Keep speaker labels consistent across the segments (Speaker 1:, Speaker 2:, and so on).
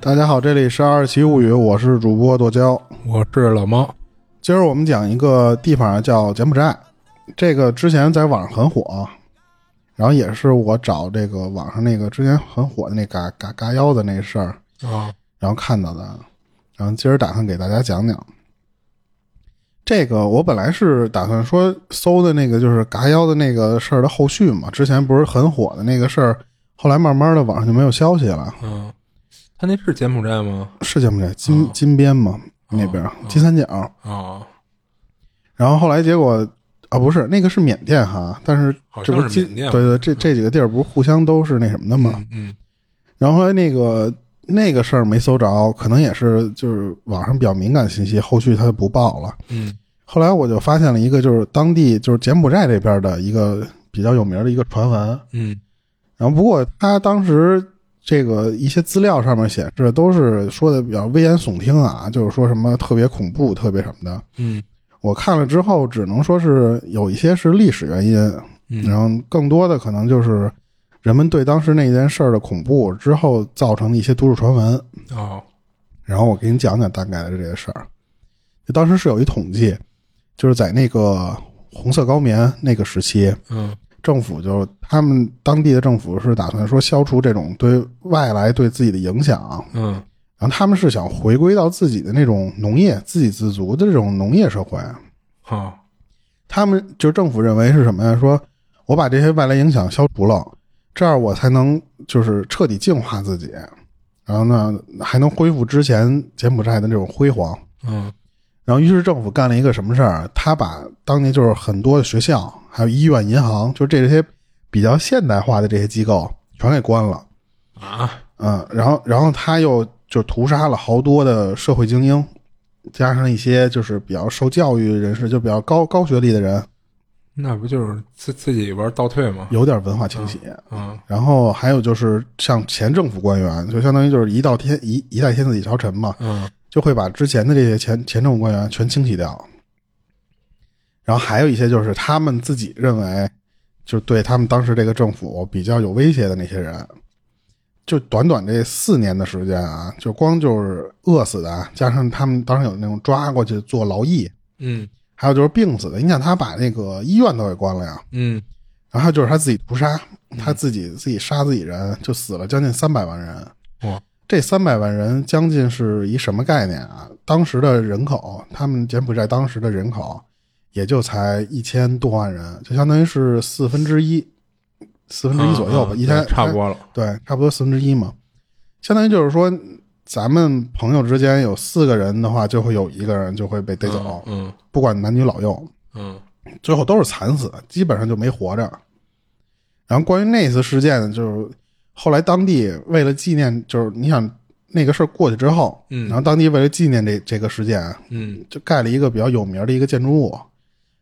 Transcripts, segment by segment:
Speaker 1: 大家好，这里是《二奇物语》，我是主播剁椒。
Speaker 2: 我是老猫，
Speaker 1: 今儿我们讲一个地方啊叫柬埔寨，这个之前在网上很火，然后也是我找这个网上那个之前很火的那嘎嘎嘎腰的那事儿，
Speaker 2: 啊，
Speaker 1: 然后看到的，然后今儿打算给大家讲讲。这个我本来是打算说搜的那个就是嘎腰的那个事儿的后续嘛，之前不是很火的那个事儿，后来慢慢的网上就没有消息了。
Speaker 2: 嗯，他那是柬埔寨吗？
Speaker 1: 是柬埔寨
Speaker 2: 嗯
Speaker 1: 金、金边嘛那边、金三角，
Speaker 2: 啊，
Speaker 1: 然后后来结果啊不是那个是缅甸哈，但是
Speaker 2: 好
Speaker 1: 这
Speaker 2: 像
Speaker 1: 不是
Speaker 2: 是
Speaker 1: 金
Speaker 2: 缅甸
Speaker 1: 对对这这几个地儿不是互相都是那什么的吗？
Speaker 2: 嗯嗯
Speaker 1: 然后后来那个那个事儿没搜着，可能也是就是网上比较敏感信息，后续他就不报了。
Speaker 2: 嗯
Speaker 1: 后来我就发现了一个，就是当地就是柬埔寨这边的一个比较有名的一个传闻。
Speaker 2: 嗯
Speaker 1: 然后不过他当时这个一些资料上面显示都是说的比较危言耸听啊，就是说什么特别恐怖、特别什么的。
Speaker 2: 嗯
Speaker 1: 我看了之后，只能说是有一些是历史原因，然
Speaker 2: 嗯
Speaker 1: 后更多的可能就是人们对当时那件事儿的恐怖之后造成的一些都市传闻。
Speaker 2: 哦，
Speaker 1: 然后我给你讲讲大概的这些事儿。就当时是有一统计，就是在那个红色高棉那个时期，
Speaker 2: 嗯
Speaker 1: 政府就他们当地的政府是打算说消除这种对外来对自己的影响，啊
Speaker 2: 嗯
Speaker 1: 然后他们是想回归到自己的那种农业自给自足的这种农业社会。
Speaker 2: 好，
Speaker 1: 他们就是政府认为是什么呀？说我把这些外来影响消除了，这样我才能就是彻底净化自己，然后呢还能恢复之前柬埔寨的那种辉煌。
Speaker 2: 嗯
Speaker 1: 然后，于是政府干了一个什么事儿？他把当年就是很多的学校、还有医院、银行，就这些比较现代化的这些机构全给关了。
Speaker 2: 啊，
Speaker 1: 嗯，然后，然后他又就屠杀了好多的社会精英，加上一些就是比较受教育人士，就比较高高学历的人，
Speaker 2: 那不就是自自己玩倒退吗？
Speaker 1: 有点文化清洗。
Speaker 2: 啊，
Speaker 1: 然后还有就是像前政府官员，就相当于就是一到天一一代天子一朝臣嘛，
Speaker 2: 嗯
Speaker 1: 就会把之前的这些前前政府官员全清洗掉。然后还有一些就是他们自己认为，就对他们当时这个政府比较有威胁的那些人，就短短这四年的时间啊，就光就是饿死的啊，加上他们当时有那种抓过去做劳役，
Speaker 2: 嗯
Speaker 1: 还有就是病死的。你想他把那个医院都给关了呀，
Speaker 2: 嗯
Speaker 1: 然后就是他自己屠杀，他自己自己杀自己人，就死了将近三百万人。
Speaker 2: 哇，
Speaker 1: 这三百万人将近是一什么概念啊？当时的人口，他们柬埔寨当时的人口也就才一千多万人，就相当于是四分之一，四分之一左右吧，
Speaker 2: 嗯嗯
Speaker 1: 一千
Speaker 2: 对差不多了。
Speaker 1: 对，差不多四分之一嘛。相当于就是说，咱们朋友之间有四个人的话，就会有一个人就会被逮走，
Speaker 2: 嗯
Speaker 1: 不管男女老幼。
Speaker 2: 嗯
Speaker 1: 最后都是惨死，基本上就没活着。然后关于那次事件呢，就是后来当地为了纪念，就是你想那个事儿过去之后，
Speaker 2: 嗯
Speaker 1: 然后当地为了纪念这这个事件，
Speaker 2: 嗯
Speaker 1: 就盖了一个比较有名的一个建筑物。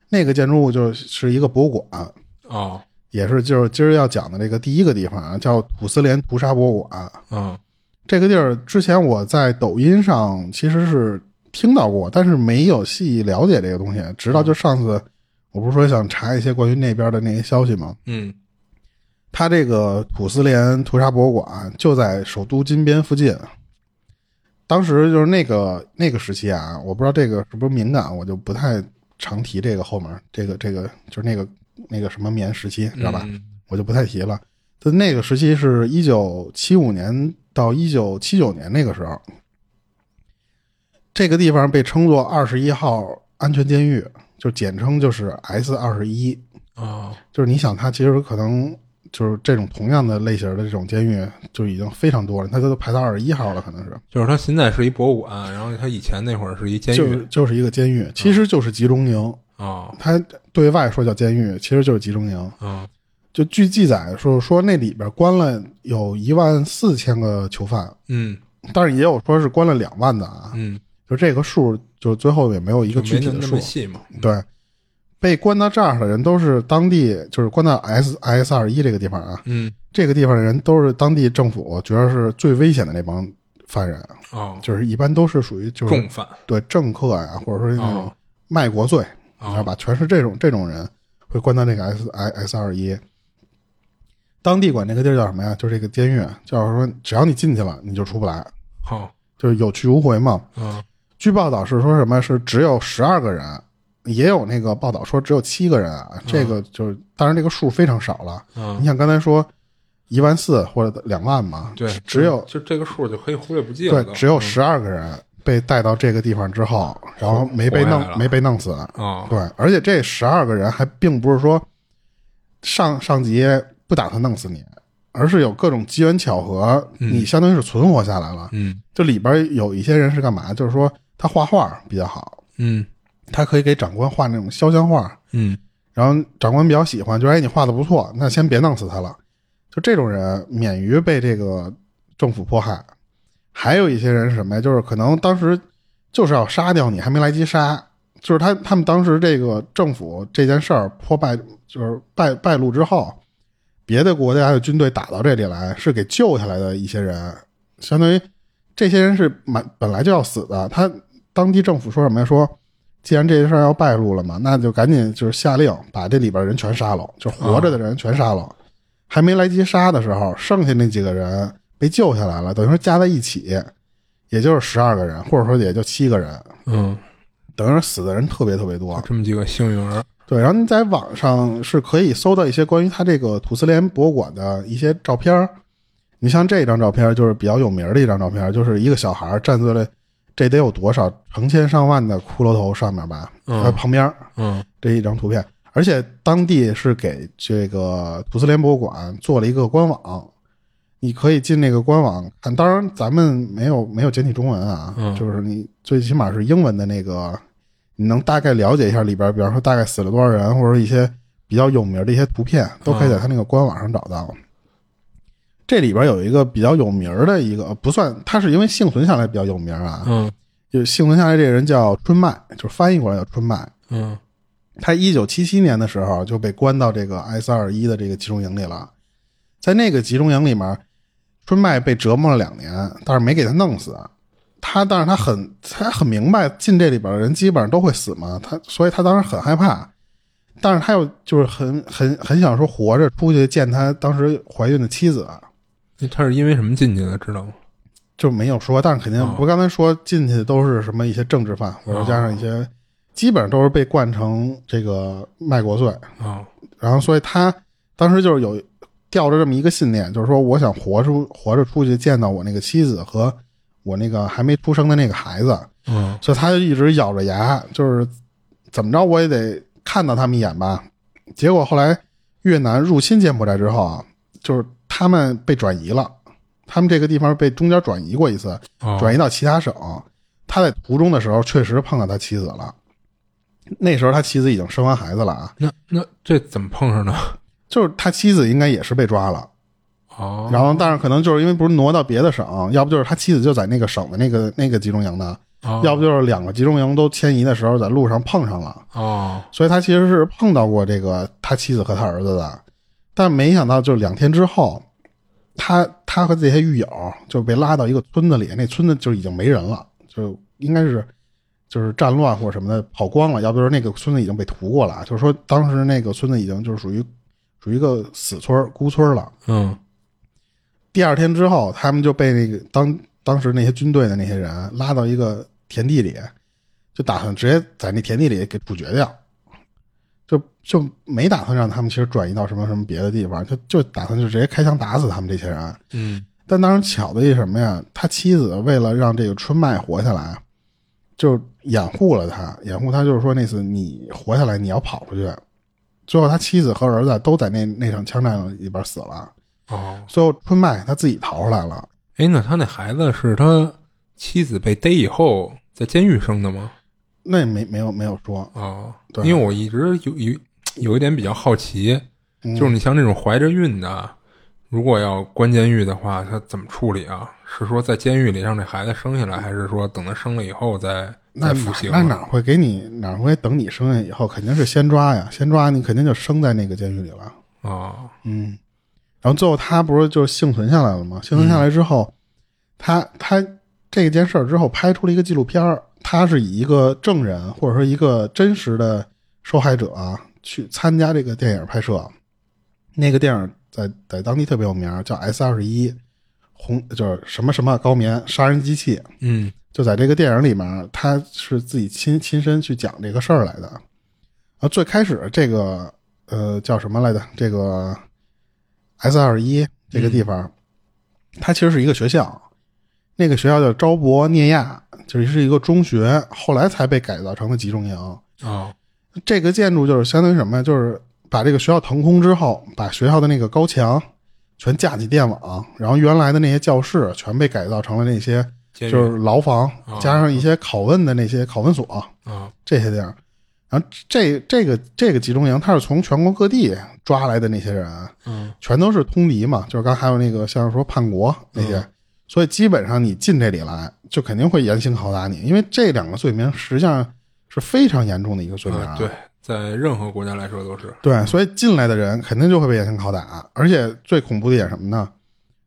Speaker 1: 那个建筑物就是一个博物馆，
Speaker 2: 哦
Speaker 1: 也是就是今儿要讲的这个第一个地方啊，叫土司连屠杀博物馆。
Speaker 2: 嗯
Speaker 1: 这个地儿之前我在抖音上其实是听到过，但是没有细了解这个东西。直到就上次，我不是说想查一些关于那边的那些消息吗？
Speaker 2: 嗯
Speaker 1: 它这个土司连屠杀博物馆就在首都金边附近。当时就是那个那个时期啊，我不知道这个是不是敏感，我就不太常提这个后面这个这个就是那个那个什么棉时期，知道吧？
Speaker 2: 嗯
Speaker 1: 我就不太提了。就那个时期是一九七五年到一九七九年那个时候，这个地方被称作二十一号安全监狱，就简称就是 S 二十一。
Speaker 2: 哦，
Speaker 1: 就是你想，它其实可能就是这种同样的类型的这种监狱就已经非常多了，它都排到二十一号了，可能是
Speaker 2: 就是他现在是一博物馆，然后他以前那会儿是一监
Speaker 1: 就
Speaker 2: 狱
Speaker 1: 就是一个监狱，其实就是集中营。
Speaker 2: 哦
Speaker 1: 它对外说叫监狱，其实就是集中营。
Speaker 2: 嗯
Speaker 1: 就据记载说，说那里边关了有一万四千个囚犯，
Speaker 2: 嗯
Speaker 1: 但是也有说是关了两万的啊，
Speaker 2: 嗯，
Speaker 1: 就这个数，就是最后也没有一
Speaker 2: 一
Speaker 1: 个具体
Speaker 2: 那
Speaker 1: 的
Speaker 2: 那
Speaker 1: 数
Speaker 2: 么。细嘛，
Speaker 1: 对，被关到这儿的人都是当地，就是关到 S S 二一这个地方啊，
Speaker 2: 嗯
Speaker 1: 这个地方的人都是当地政府觉得是最危险的那帮犯人，
Speaker 2: 哦，
Speaker 1: 就是一般都是属于就是
Speaker 2: 重犯
Speaker 1: 对政客呀、或者说那种
Speaker 2: 哦
Speaker 1: 卖国罪，你知道
Speaker 2: 哦
Speaker 1: 吧？全是这种这种人会关到那个 S I S 二一。啊当地管这个地儿叫什么呀？就是这个监狱，叫什么？只要你进去了，你就出不来。
Speaker 2: 好，
Speaker 1: 就是有去无回嘛。
Speaker 2: 嗯，
Speaker 1: 据报道是说什么是只有十二个人，也有那个报道说只有七个人啊，这个就是当然这个数非常少了。
Speaker 2: 嗯
Speaker 1: 你想刚才说一万四或者两万嘛，
Speaker 2: 对，
Speaker 1: 只有
Speaker 2: 就这个数就可以忽略不计
Speaker 1: 对
Speaker 2: 了都。
Speaker 1: 只有十二个人被带到这个地方之后，然后没被
Speaker 2: 活下来哦了
Speaker 1: 弄没被弄死，
Speaker 2: 啊，
Speaker 1: 对，而且这十二个人还并不是说上上级不打算弄死你，而是有各种机缘巧合，你相当于是存活下来了。
Speaker 2: 嗯
Speaker 1: 就里边有一些人是干嘛？就是说他画画比较好，
Speaker 2: 嗯
Speaker 1: 他可以给长官画那种肖像画，
Speaker 2: 嗯
Speaker 1: 然后长官比较喜欢，就说哎你画的不错，那先别弄死他了。就这种人免于被这个政府迫害。还有一些人是什么呀？就是可能当时就是要杀掉你，还没来及杀，就是他他们当时这个政府这件事儿破败，就是败败露之后，别的国家的军队打到这里来，是给救下来的一些人，相当于这些人是满本来就要死的。他当地政府说什么呀？说既然这件事儿要败露了嘛，那就赶紧就是下令把这里边人全杀了，就是活着的人全杀了。还没来及杀的时候，剩下那几个人被救下来了，等于说加在一起，也就是十二个人，或者说也就七个人，
Speaker 2: 嗯，
Speaker 1: 等于说死的人特别特别多。
Speaker 2: 这么几个幸运儿，
Speaker 1: 对，然后你在网上是可以搜到一些关于他这个土司连博物馆的一些照片儿你像这张照片儿就是比较有名儿的一张照片儿，就是一个小孩儿站在了这得有多少成千上万的骷髅头上面吧？
Speaker 2: 嗯
Speaker 1: 呃旁边儿
Speaker 2: 嗯
Speaker 1: 这一张图片，而且当地是给这个土司连博物馆做了一个官网，你可以进那个官网看。当然，咱们没有没有简体中文啊，
Speaker 2: 嗯
Speaker 1: 就是你最起码是英文的那个，你能大概了解一下里边，比方说大概死了多少人，或者一些比较有名的一些图片，都
Speaker 2: 嗯
Speaker 1: 可以在他那个官网上找到。这里边有一个比较有名儿的一个，呃不算，他是因为幸存下来比较有名儿啊，
Speaker 2: 嗯
Speaker 1: 就幸存下来这个人叫春麦，就是翻译过来叫春麦。
Speaker 2: 嗯
Speaker 1: 他一九七七年的时候就被关到这个 S 二一的这个集中营里了，在那个集中营里面，春麦被折磨了两年，但是没给他弄死。他但是他很他很明白进这里边的人基本上都会死嘛，他所以他当时很害怕，但是他又就是很很很想说活着出去见他当时怀孕的妻子，
Speaker 2: 那他是因为什么进去的，知道吗？
Speaker 1: 就没有说，但是肯定
Speaker 2: 哦
Speaker 1: 不是刚才说进去都是什么一些政治犯，或者加上一些基本上都是被灌成这个卖国罪，
Speaker 2: 啊，
Speaker 1: 然后所以他当时就是有吊着这么一个信念，就是说我想活出活着出去见到我那个妻子和我那个还没出生的那个孩子，
Speaker 2: 嗯
Speaker 1: 所以他就一直咬着牙，就是怎么着我也得看到他们一眼吧。结果后来越南入侵柬埔寨之后啊，就是他们被转移了，他们这个地方被中间转移过一次，
Speaker 2: 啊，
Speaker 1: 转移到其他省。他在途中的时候确实碰到他妻子了，那时候他妻子已经生完孩子了啊，
Speaker 2: 那那这怎么碰上的？
Speaker 1: 就是他妻子应该也是被抓了，
Speaker 2: 哦，
Speaker 1: 然后但是可能就是因为不是挪到别的省，要不就是他妻子就在那个省的那个那个集中营呢，
Speaker 2: 哦
Speaker 1: 要不就是两个集中营都迁移的时候在路上碰上了，
Speaker 2: 哦，
Speaker 1: 所以他其实是碰到过这个他妻子和他儿子的，但没想到就两天之后，他他和这些狱友就被拉到一个村子里，那村子就已经没人了，就应该是就是战乱或者什么的跑光了，要不就是那个村子已经被屠过了，就是说当时那个村子已经就是属于属于一个死村儿孤村儿了。
Speaker 2: 嗯
Speaker 1: 第二天之后，他们就被那个当当时那些军队的那些人啊拉到一个田地里，就打算直接在那田地里给处决掉，就就没打算让他们其实转移到什么什么别的地方，就就打算就直接开枪打死他们这些人。啊
Speaker 2: 嗯
Speaker 1: 但当时巧的一什么呀？他妻子为了让这个春麦活下来，啊就掩护了他，掩护他就是说那次你活下来，你要跑出去。最后，他妻子和儿子啊都在那那场枪战里边死了。
Speaker 2: 哦，
Speaker 1: 最后，春麦他自己逃出来了。
Speaker 2: 哎，那他那孩子是他妻子被逮以后在监狱生的吗？
Speaker 1: 那也没没有没有说，
Speaker 2: 哦，
Speaker 1: 对
Speaker 2: 因为我一直有有有一点比较好奇，
Speaker 1: 嗯
Speaker 2: 就是你像这种怀着孕的，如果要关监狱的话，他怎么处理啊？是说在监狱里让这孩子生下来，还是说等他生了以后再
Speaker 1: 那哪
Speaker 2: 再服刑啊？
Speaker 1: 那哪会给你哪会等你生下以后，肯定是先抓呀，先抓你肯定就生在那个监狱里了。
Speaker 2: 哦，
Speaker 1: 嗯，然后最后他不是就幸存下来了吗？幸存下来之后，他他这件事儿之后拍出了一个纪录片儿，他是以一个证人或者说一个真实的受害者啊、去参加这个电影拍摄。那个电影在在当地特别有名儿，叫 S 二十一，红就是什么什么高棉杀人机器，
Speaker 2: 嗯
Speaker 1: 就在这个电影里面，他是自己亲亲身去讲这个事儿来的。啊，最开始这个呃叫什么来着？这个 S 二一这个地方，它其实是一个学校，那个学校叫昭博涅亚，就是是一个中学，后来才被改造成了集中营。
Speaker 2: 哦
Speaker 1: 这个建筑就是相当于什么呀？就是把这个学校腾空之后，把学校的那个高墙全架起电网，然后原来的那些教室全被改造成了那些
Speaker 2: 监狱
Speaker 1: 就是牢房
Speaker 2: 啊，
Speaker 1: 加上一些拷问的那些拷问所
Speaker 2: 啊
Speaker 1: 这些地儿。然后这这个这个集中营，它是从全国各地抓来的那些人，
Speaker 2: 嗯
Speaker 1: 全都是通敌嘛，就是刚还有那个像说叛国那些，
Speaker 2: 嗯
Speaker 1: 所以基本上你进这里来，就肯定会严刑拷打你，因为这两个罪名实际上是非常严重的一个罪名、
Speaker 2: 啊，对，在任何国家来说都是
Speaker 1: 对，所以进来的人肯定就会被严刑拷打，而且最恐怖的一点什么呢？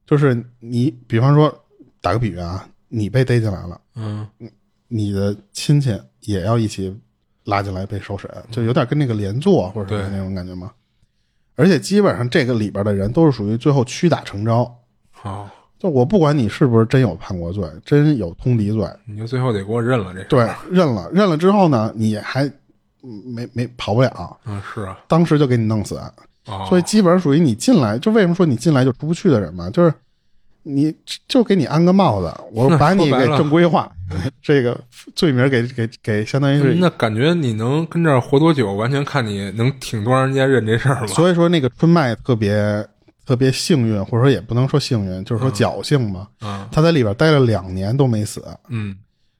Speaker 1: 就是你，比方说打个比喻啊，你被逮进来了，
Speaker 2: 嗯
Speaker 1: 你的亲戚也要一起拉进来被受
Speaker 2: 嗯
Speaker 1: 审，就有点跟那个连坐啊或者什么
Speaker 2: 对
Speaker 1: 那种感觉嘛。而且基本上这个里边的人都是属于最后屈打成招，
Speaker 2: 好，
Speaker 1: 就我不管你是不是真有叛国罪，真有通敌罪，
Speaker 2: 你就最后得给我认了这事
Speaker 1: 对，认了，认了之后呢，你还嗯没没跑不了，
Speaker 2: 嗯是啊
Speaker 1: 当时就给你弄死。
Speaker 2: 哦
Speaker 1: 所以基本上属于你进来，就为什么说你进来就出不去的人嘛，就是你就给你安个帽子，我把你
Speaker 2: 说
Speaker 1: 给
Speaker 2: 白了
Speaker 1: 正规化，这个罪名给给给相当于是。
Speaker 2: 嗯那感觉你能跟这儿活多久，完全看你能挺多长时间认这事儿吧。
Speaker 1: 所以说那个春麦特别特别幸运，或者说也不能说幸运，就是说侥幸嘛。
Speaker 2: 嗯
Speaker 1: 他在里边待了两年都没死，
Speaker 2: 嗯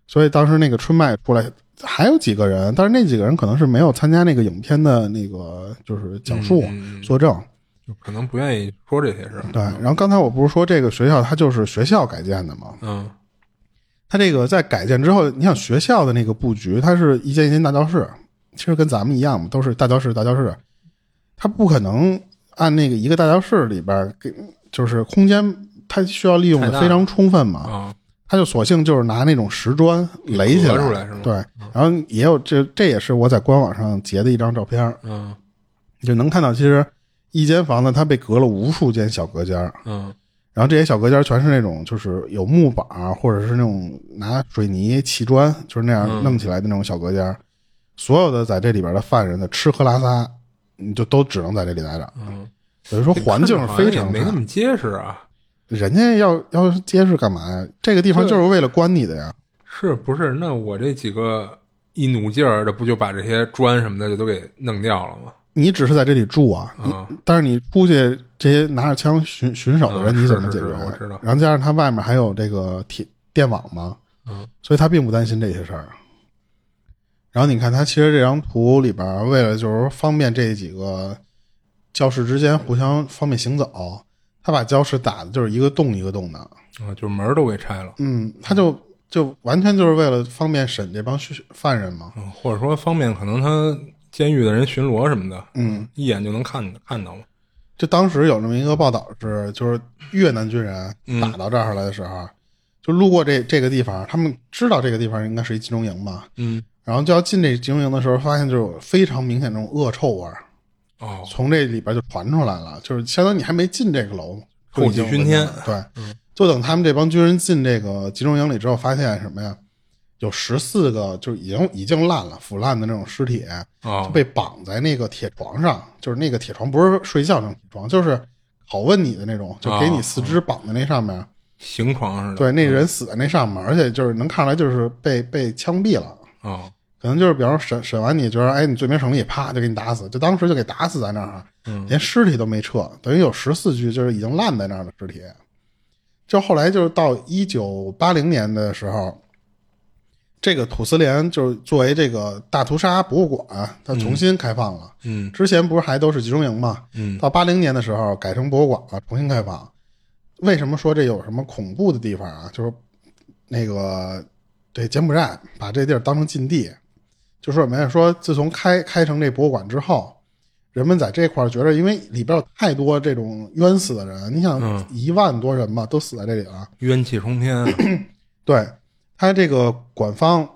Speaker 1: 所以当时那个春麦出来还有几个人，但是那几个人可能是没有参加那个影片的那个就是讲述
Speaker 2: 嗯嗯嗯
Speaker 1: 作证。
Speaker 2: 就可能不愿意说这些事儿。
Speaker 1: 对，然后刚才我不是说这个学校它就是学校改建的嘛，
Speaker 2: 嗯
Speaker 1: 它这个在改建之后，你想学校的那个布局，它是一间一间大教室，其实跟咱们一样嘛，都是大教室大教室，它不可能按那个一个大教室里边儿给，就是空间它需要利用
Speaker 2: 太大
Speaker 1: 的
Speaker 2: 了
Speaker 1: 非常充分嘛，
Speaker 2: 啊
Speaker 1: 它就索性就是拿那种石砖垒起
Speaker 2: 合出来是吗嗯
Speaker 1: 对，然后也有这这也是我在官网上截的一张照片儿，
Speaker 2: 嗯
Speaker 1: 你就能看到其实一间房子它被隔了无数间小隔间儿，
Speaker 2: 嗯
Speaker 1: 然后这些小隔间全是那种就是有木板儿或者是那种拿水泥砌砖，就是那样
Speaker 2: 嗯
Speaker 1: 弄起来的那种小隔间儿。所有的在这里边的犯人的吃喝拉撒，你就都只能在这里待着。
Speaker 2: 嗯，
Speaker 1: 等于说环境是非
Speaker 2: 这看着好像
Speaker 1: 常
Speaker 2: 也没那
Speaker 1: 差，
Speaker 2: 么结实啊。
Speaker 1: 人家要要是结实干嘛呀？这个地方就是为了关你的呀。
Speaker 2: 是不是？那我这几个一努劲儿，这不就把这些砖什么的就都给弄掉了吗？
Speaker 1: 你只是在这里住啊，你
Speaker 2: 啊
Speaker 1: 但是你出去这些拿着枪巡巡守的人，
Speaker 2: 嗯
Speaker 1: 你怎么
Speaker 2: 是
Speaker 1: 解
Speaker 2: 是
Speaker 1: 决？啊
Speaker 2: 是我知道
Speaker 1: 然后加上他外面还有这个铁电网嘛，
Speaker 2: 嗯，
Speaker 1: 所以他并不担心这些事儿。啊然后你看，他其实这张图里边儿，为了就是方便这几个教室之间互相方便行走，他把教室打的就是一个洞一个洞的。
Speaker 2: 啊，就门儿都给拆了。
Speaker 1: 嗯，他就就完全就是为了方便审这帮学犯人嘛。
Speaker 2: 嗯，或者说方便可能他监狱的人巡逻什么的，
Speaker 1: 嗯，
Speaker 2: 一眼就能看看到嘛。
Speaker 1: 就当时有这么一个报道是，就是越南军人
Speaker 2: 嗯
Speaker 1: 打到这儿来的时候，啊就路过这这个地方，他们知道这个地方应该是一集中营嘛，
Speaker 2: 嗯
Speaker 1: 然后就要进这集中营的时候，发现就有非常明显这种恶臭味儿
Speaker 2: 哦
Speaker 1: 从这里边就传出来了，就是相当于你还没进这个楼，
Speaker 2: 臭气熏
Speaker 1: 就已经
Speaker 2: 天嗯
Speaker 1: 闻见了对，就等他们这帮军人进这个集中营里之后，发现什么呀？有十四个就已经已经烂了、腐烂的那种尸体，
Speaker 2: 哦
Speaker 1: 被绑在那个铁床上，就是那个铁床不是睡觉那种铁床，就是拷问你的那种，就给你四肢绑在那上面。
Speaker 2: 刑床似的。
Speaker 1: 对，那人死在那上面，而且就是能看出来就是被被枪毙了。
Speaker 2: 哦
Speaker 1: 可能就是比方说审审完你，觉得哎你罪名成立，啪就给你打死，就当时就给打死在那儿，啊
Speaker 2: 嗯
Speaker 1: 连尸体都没撤，等于有十四具就是已经烂在那儿的尸体。就后来就是到一九八零年的时候，这个土司连就是作为这个大屠杀博物馆，它重新开放了。
Speaker 2: 嗯
Speaker 1: 之前不是还都是集中营嘛？
Speaker 2: 嗯
Speaker 1: 到八零年的时候改成博物馆了，重新开放。为什么说这有什么恐怖的地方啊？就是那个对柬埔寨把这地儿当成禁地，就说什么呀？说自从开开成这博物馆之后，人们在这块儿觉得，因为里边有太多这种冤死的人，你想
Speaker 2: 嗯
Speaker 1: 一万多人吧，都死在这里了。
Speaker 2: 冤气冲天啊。
Speaker 1: 对他这个馆方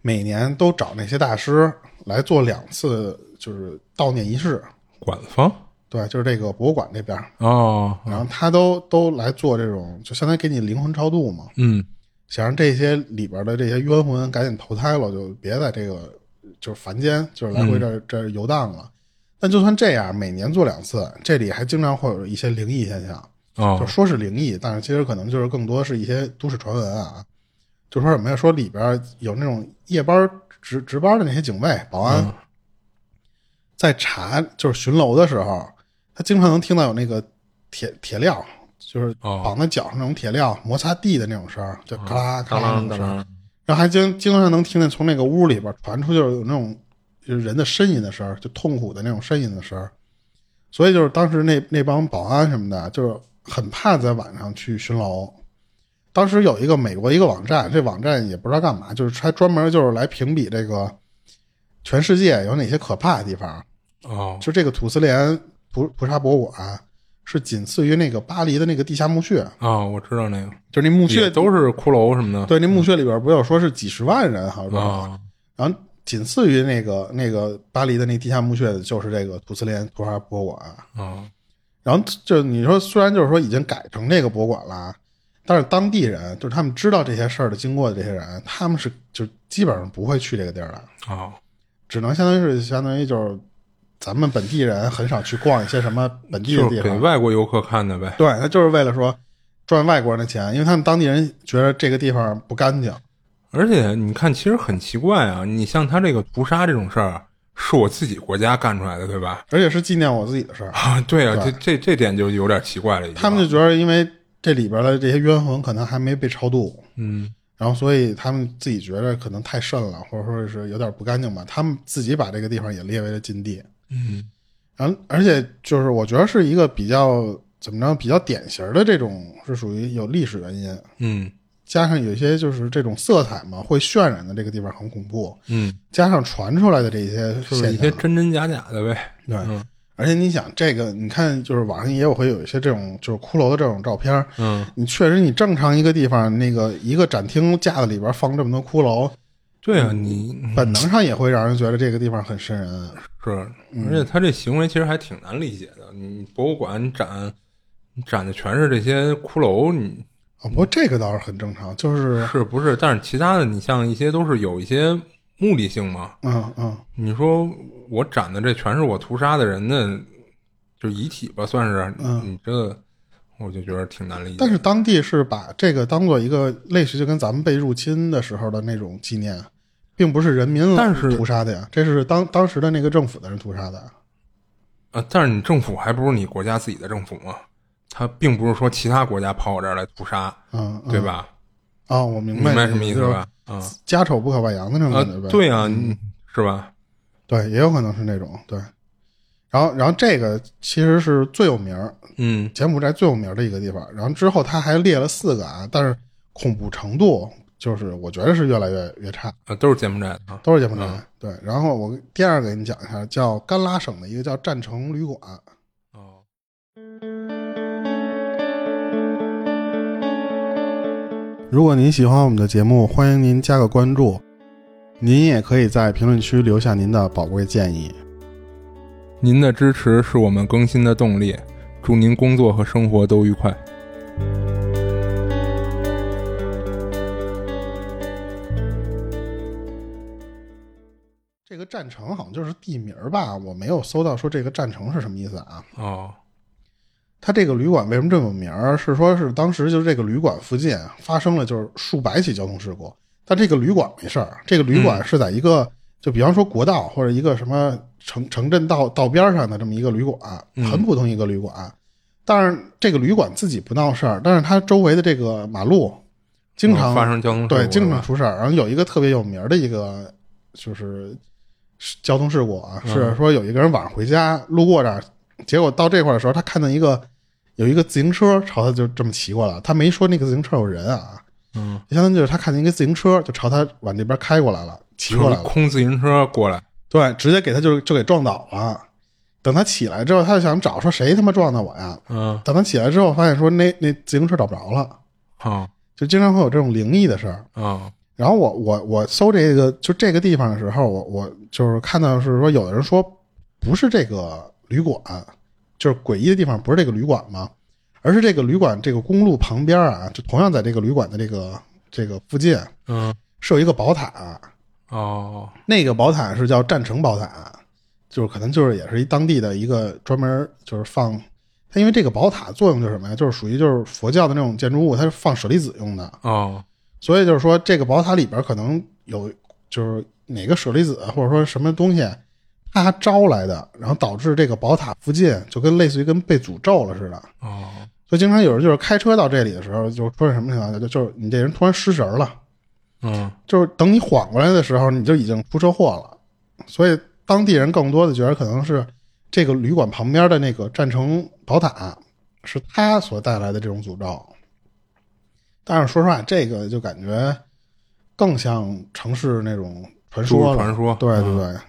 Speaker 1: 每年都找那些大师来做两次就是悼念仪式，
Speaker 2: 管方
Speaker 1: 对，就是这个博物馆这边儿，
Speaker 2: 哦，
Speaker 1: 然后他都都来做这种，就相当于给你灵魂超度嘛，
Speaker 2: 嗯
Speaker 1: 想让这些里边的这些冤魂赶紧投胎了，就别在这个就是凡间，就是来回这、这儿游荡了。但就算这样，每年做两次，这里还经常会有一些灵异现象，就
Speaker 2: 哦
Speaker 1: 说是灵异，但是其实可能就是更多是一些都市传闻啊。就说什么呀？说里边有那种夜班值值班的那些警卫、保安，
Speaker 2: 嗯
Speaker 1: 在查就是巡逻的时候，他经常能听到有那个铁铁镣，就是
Speaker 2: 哦
Speaker 1: 绑在脚上那种铁镣摩擦地的那种声儿，就咔啦咔
Speaker 2: 啊当
Speaker 1: 啦
Speaker 2: 啷
Speaker 1: 那种
Speaker 2: 当
Speaker 1: 声儿。
Speaker 2: 啷，
Speaker 1: 然后还经经常能听见从那个屋里边传出就是有那种就是人的呻吟的声儿，就痛苦的那种呻吟的声儿。所以就是当时那那帮保安什么的，就是很怕在晚上去巡逻。当时有一个美国一个网站，这网站也不知道干嘛，就是还专门就是来评比这个全世界有哪些可怕的地方。
Speaker 2: 哦
Speaker 1: 就这个土司连菩菩萨博物馆是仅次于那个巴黎的那个地下墓穴，
Speaker 2: 哦，我知道那个，
Speaker 1: 就是那墓
Speaker 2: 也
Speaker 1: 穴
Speaker 2: 都是骷髅什么的，
Speaker 1: 对那墓穴里边不是有说是几十万人，好像是多少
Speaker 2: 啊，
Speaker 1: 然后仅次于那个那个巴黎的那地下墓穴的就是这个土司连图画博物馆。
Speaker 2: 啊，
Speaker 1: 然后就你说，虽然就是说已经改成这个博物馆了，但是当地人就是他们知道这些事儿的经过的这些人，他们是就基本上不会去这个地儿的，
Speaker 2: 啊，
Speaker 1: 只能相当于是相当于就是咱们本地人很少去逛一些什么本地的
Speaker 2: 就
Speaker 1: 地
Speaker 2: 是给
Speaker 1: 方，
Speaker 2: 外国游客看的呗，
Speaker 1: 对他就是为了说赚外国人的钱，因为他们当地人觉得这个地方不干净。
Speaker 2: 而且你看，其实很奇怪啊，你像他这个屠杀这种事儿，是我自己国家干出来的，对吧？
Speaker 1: 而且是纪念我自己的事儿，
Speaker 2: 啊，对啊，这这这点就有点奇怪了已经。
Speaker 1: 他们就觉得，因为这里边的这些冤魂可能还没被超度，
Speaker 2: 嗯
Speaker 1: 然后所以他们自己觉得可能太甚了，或者说是有点不干净吧，他们自己把这个地方也列为了禁地。
Speaker 2: 嗯
Speaker 1: 然后，而且就是我觉得是一个比较怎么着，比较典型的这种是属于有历史原因，
Speaker 2: 嗯
Speaker 1: 加上有一些就是这种色彩嘛，会渲染的这个地方很恐怖，
Speaker 2: 嗯，
Speaker 1: 加上传出来的这些现
Speaker 2: 就是
Speaker 1: 象，
Speaker 2: 一些真真假假的呗。
Speaker 1: 对，
Speaker 2: 嗯
Speaker 1: 而且你想这个，你看就是网上也有会有一些这种就是骷髅的这种照片，
Speaker 2: 嗯，
Speaker 1: 你确实，你正常一个地方，那个一个展厅架子里边放这么多骷髅，
Speaker 2: 对啊，你
Speaker 1: 本能上也会让人觉得这个地方很瘆人。
Speaker 2: 是，而且他这行为其实还挺难理解的。你博物馆展你展的全是这些骷髅，你
Speaker 1: 啊，不过这个倒是很正常，就是，
Speaker 2: 是不是？但是其他的，你像一些都是有一些目的性嘛。
Speaker 1: 嗯嗯，
Speaker 2: 你说我展的这全是我屠杀的人的，就是遗体吧，算是。
Speaker 1: 嗯
Speaker 2: 你这我就觉得挺难理解。
Speaker 1: 但是当地是把这个当做一个类似，就跟咱们被入侵的时候的那种纪念，并不是人民
Speaker 2: 但是
Speaker 1: 屠杀的呀，这是当当时的那个政府的人屠杀的。
Speaker 2: 啊，但是你政府还不是你国家自己的政府吗？他并不是说其他国家跑我这儿来屠杀，
Speaker 1: 嗯，嗯
Speaker 2: 对？吧？
Speaker 1: 啊、我明
Speaker 2: 明白
Speaker 1: 白
Speaker 2: 什么意思
Speaker 1: 就是
Speaker 2: 吧？啊
Speaker 1: 家丑不可外扬的那种
Speaker 2: 啊
Speaker 1: 感觉呗。，嗯
Speaker 2: 对啊，你是吧？
Speaker 1: 对，也有可能是那种对。然后，然后这个其实是最有名儿，
Speaker 2: 嗯
Speaker 1: 柬埔寨最有名的一个地方。然后之后他还列了四个啊，但是恐怖程度就是我觉得是越来越越差，
Speaker 2: 啊，都是柬埔寨的啊。
Speaker 1: 都是柬埔寨。对，然后我第二个给你讲一下，叫甘拉省的一个叫战城旅馆。
Speaker 2: 哦，
Speaker 1: 如果您喜欢我们的节目，欢迎您加个关注。您也可以在评论区留下您的宝贵建议。
Speaker 2: 您的支持是我们更新的动力，祝您工作和生活都愉快。
Speaker 1: 这个战城好像就是地名儿吧，我没有搜到说这个战城是什么意思啊。
Speaker 2: 哦，
Speaker 1: 他这个旅馆为什么这么有名儿？啊是说是当时就是这个旅馆附近啊发生了就是数百起交通事故，但这个旅馆没事儿。啊这个旅
Speaker 2: 嗯
Speaker 1: 馆是在一个、就比方说国道或者一个什么城城镇道道边儿上的这么一个旅馆，啊
Speaker 2: 嗯
Speaker 1: 很普通一个旅馆。啊但是这个旅馆自己不闹事儿，但是它周围的这个马路经常、
Speaker 2: 嗯哦发生交通事故，
Speaker 1: 对经常
Speaker 2: 是吧
Speaker 1: 出事儿。然后有一个特别有名儿的一个就是是交通事故啊，
Speaker 2: 嗯
Speaker 1: 是说有一个人晚上回家路过这儿，结果到这块儿的时候，他看到一个有一个自行车朝他就这么骑过来，他没说那个自行车有人啊，
Speaker 2: 嗯，
Speaker 1: 相当于就是他看见一个自行车就朝他往这边开过来了，骑过来
Speaker 2: 就是
Speaker 1: 了，
Speaker 2: 空自行车过来，
Speaker 1: 对，直接给他就就给撞倒了。等他起来之后，他就想找说谁他妈撞的我呀？
Speaker 2: 嗯，
Speaker 1: 等他起来之后，发现说那那自行车找不着了，
Speaker 2: 好、
Speaker 1: 就经常会有这种灵异的事儿。
Speaker 2: 哦，哦，
Speaker 1: 然后我我我搜这个就这个地方的时候，我我就是看到是说有的人说不是这个旅馆，就是诡异的地方不是这个旅馆吗？而是这个旅馆这个公路旁边啊，就同样在这个旅馆的这个这个附近
Speaker 2: 嗯，
Speaker 1: 是有一个宝塔，
Speaker 2: 哦，
Speaker 1: 那个宝塔是叫战城宝塔，就是可能就是也是一当地的一个专门就是放它，因为这个宝塔作用就是什么呀？就是属于就是佛教的那种建筑物，它是放舍利子用的，
Speaker 2: 哦，
Speaker 1: 所以就是说这个宝塔里边可能有就是哪个舍利子或者说什么东西。它招来的，然后导致这个宝塔附近就跟类似于跟被诅咒了似的，
Speaker 2: 哦，
Speaker 1: 所以经常有人就是开车到这里的时候，就出现什么情况？就就是你这人突然失神儿了，
Speaker 2: 嗯，
Speaker 1: 就是等你缓过来的时候，你就已经出车祸了。所以当地人更多的觉得可能是这个旅馆旁边的那个战城宝塔是他所带来的这种诅咒。但是说实话，这个就感觉更像城市那种传
Speaker 2: 都
Speaker 1: 说
Speaker 2: 市
Speaker 1: 了。
Speaker 2: 传说，
Speaker 1: 对对
Speaker 2: 嗯嗯
Speaker 1: 对，然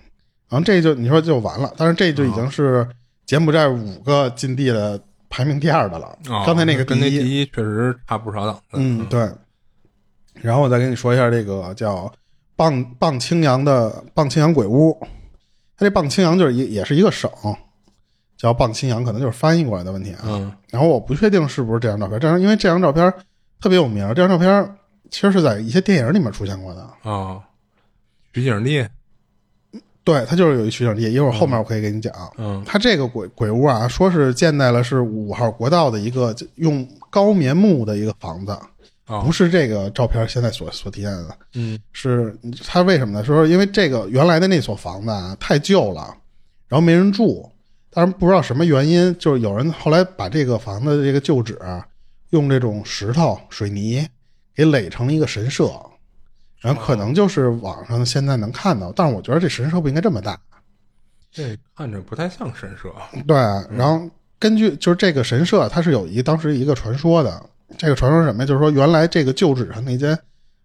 Speaker 1: 后这就你说就完了，但是这就已经是柬埔寨五个禁地的排名第二的了。
Speaker 2: 哦
Speaker 1: 刚才那个
Speaker 2: 跟那
Speaker 1: 第一，
Speaker 2: 第一确实差不少档次，
Speaker 1: 嗯，对。然后我再跟你说一下这个叫棒棒青阳的棒青阳鬼屋，它这棒青阳就是也也是一个省，叫棒青阳，可能就是翻译过来的问题啊。
Speaker 2: 嗯，
Speaker 1: 然后我不确定是不是这张照片，这张因为这张照片特别有名儿，这张照片其实是在一些电影里面出现过的。
Speaker 2: 哦，取景地，
Speaker 1: 对，它就是有一取景地，一会儿后面我可以给你讲。
Speaker 2: 嗯，
Speaker 1: 它这个鬼鬼屋啊，说是建在了是五号国道的一个就用高棉木的一个房子，
Speaker 2: 哦
Speaker 1: 不是这个照片现在所所体现的，
Speaker 2: 嗯，
Speaker 1: 是它为什么呢？说是因为这个原来的那所房子啊太旧了，然后没人住，当然不知道什么原因，就是有人后来把这个房子的这个旧址啊、用这种石头、水泥给垒成了一个神社，然后可能就是网上现在能看到，但是我觉得这神社不应该这么大。
Speaker 2: 这看着不太像神社，啊
Speaker 1: 对，然后根据就是这个神社，它是有一当时一个传说的。这个传说是什么呀？就是说原来这个旧址上那间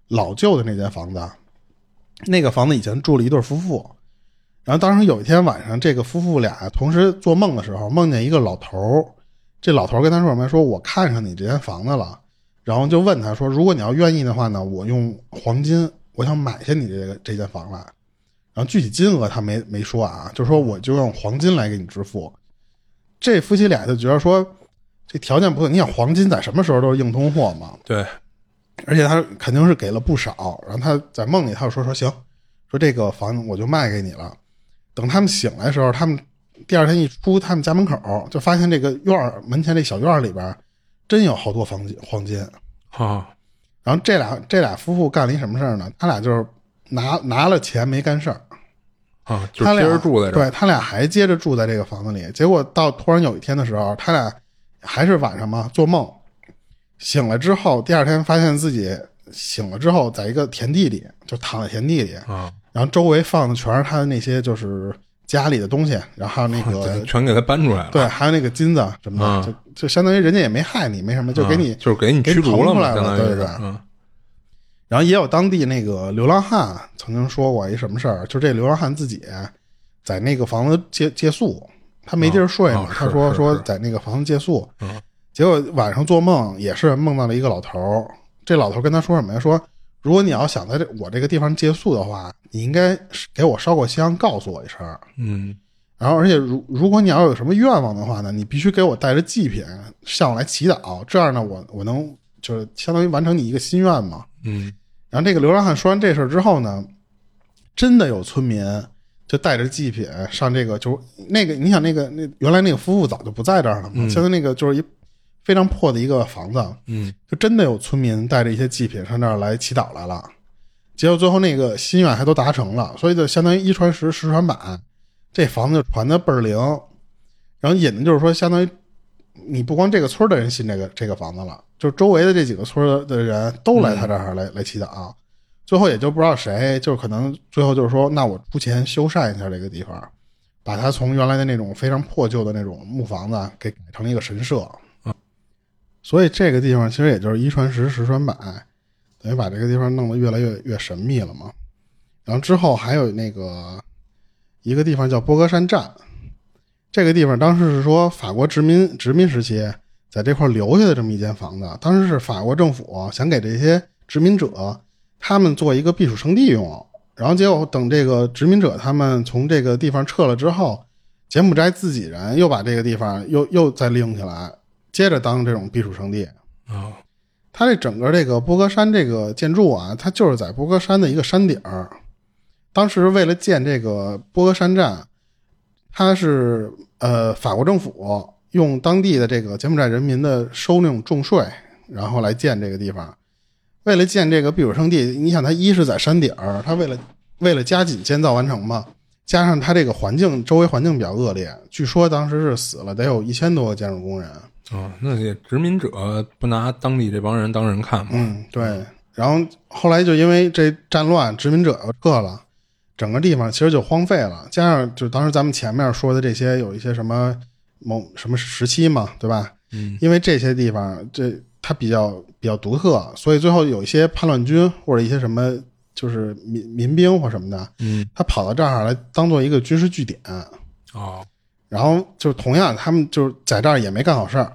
Speaker 1: 老旧的那间房子，啊那个房子以前住了一对夫妇。然后当时有一天晚上，这个夫妇俩同时做梦的时候，梦见一个老头儿。这老头儿跟他说什么呀？说我看上你这间房子了，然后就问他说，如果你要愿意的话呢，我用黄金，我想买下你这个这间房来。然后具体金额他没没说啊，就说我就用黄金来给你支付。这夫妻俩就觉得说，这条件不错，你想黄金在什么时候都是硬通货嘛，
Speaker 2: 对，
Speaker 1: 而且他肯定是给了不少。然后他在梦里他就说说行，说这个房我就卖给你了。等他们醒来的时候，他们第二天一出他们家门口，就发现这个院儿门前这小院儿里边儿真有好多黄金黄金。
Speaker 2: 啊，
Speaker 1: 然后这俩这俩夫妇干了一什么事儿呢？他俩就是拿拿了钱没干事儿，
Speaker 2: 啊，就
Speaker 1: 他
Speaker 2: 接
Speaker 1: 俩
Speaker 2: 着住在这儿，
Speaker 1: 对他俩还接着住在这个房子里。结果到突然有一天的时候，他俩还是晚上嘛做梦，醒了之后，第二天发现自己醒了之后，在一个田地里就躺在田地里，
Speaker 2: 啊，
Speaker 1: 然后周围放的全是他的那些就是家里的东西，然后还有那个
Speaker 2: 全给他搬出来了，
Speaker 1: 对，还有那个金子啊什么的，
Speaker 2: 嗯
Speaker 1: 就就相当于人家也没害你，没什么，就给你。
Speaker 2: 嗯就是给你
Speaker 1: 给
Speaker 2: 驱
Speaker 1: 你
Speaker 2: 逐
Speaker 1: 腾
Speaker 2: 了
Speaker 1: 出
Speaker 2: 嘛，
Speaker 1: 来
Speaker 2: 相
Speaker 1: 了
Speaker 2: 当于
Speaker 1: 对
Speaker 2: 是
Speaker 1: 对，
Speaker 2: 嗯，
Speaker 1: 然后也有当地那个流浪汉曾经说过一什么事儿，就这流浪汉自己在那个房子借借宿，他没地儿睡嘛，
Speaker 2: 哦哦
Speaker 1: 他
Speaker 2: 是
Speaker 1: 说
Speaker 2: 是
Speaker 1: 说
Speaker 2: 是
Speaker 1: 在那个房子借宿，
Speaker 2: 嗯
Speaker 1: 结果晚上做梦也是梦到了一个老头儿，这老头儿跟他说什么呀？说如果你要想在这我这个地方借宿的话，你应该是给我烧过香，告诉我一声儿。
Speaker 2: 嗯，
Speaker 1: 然后，而且如如果你要有什么愿望的话呢，你必须给我带着祭品向我来祈祷，这样呢，我我能就是相当于完成你一个心愿嘛。
Speaker 2: 嗯，
Speaker 1: 然后这个流浪汉说完这事儿之后呢，真的有村民就带着祭品上这个，就是那个你想那个那原来那个夫妇早就不在这儿了嘛，
Speaker 2: 嗯
Speaker 1: 现在那个就是一非常破的一个房子，啊
Speaker 2: 嗯，
Speaker 1: 就真的有村民带着一些祭品上这儿来祈祷来了，结果最后那个心愿还都达成了，所以就相当于一传十，十传百，这房子就传的倍儿灵，然后引的就是说，相当于你不光这个村儿的人信这个这个房子了，就周围的这几个村儿的人都来他这儿来、来祈祷，最后也就不知道谁，就可能最后就是说，那我出钱修缮一下这个地方，把它从原来的那种非常破旧的那种木房子啊给改成了一个神社。所以这个地方其实也就是一传十，十传百，等于把这个地方弄得越来越越神秘了嘛。然后之后还有那个一个地方叫波格山站，这个地方当时是说法国殖民殖民时期在这块留下的这么一间房子，当时是法国政府想给这些殖民者他们做一个避暑胜地用，然后结果等这个殖民者他们从这个地方撤了之后，柬埔寨自己人又把这个地方又又再利用起来，接着当这种避暑胜地。
Speaker 2: 啊，
Speaker 1: 它这整个这个波格山这个建筑啊，它就是在波格山的一个山顶儿。当时为了建这个波格山站，它是呃法国政府用当地的这个柬埔寨人民的收那种重税，然后来建这个地方。为了建这个避暑胜地，你想它一是在山顶儿，它为了为了加紧建造完成嘛，加上它这个环境周围环境比较恶劣，据说当时是死了得有一千多个建筑工人。
Speaker 2: 啊，那也殖民者不拿当地这帮人当人看嘛。
Speaker 1: 嗯，对。然后后来就因为这战乱，殖民者又撤了，整个地方其实就荒废了。加上就当时咱们前面说的这些，有一些什么某什么时期嘛，对吧？
Speaker 2: 嗯，
Speaker 1: 因为这些地方这它比较比较独特，所以最后有一些叛乱军或者一些什么就是民民兵或什么的，
Speaker 2: 嗯，
Speaker 1: 他跑到这儿来当做一个军事据点。
Speaker 2: 哦，
Speaker 1: 然后就同样，他们就是在这儿也没干好事儿，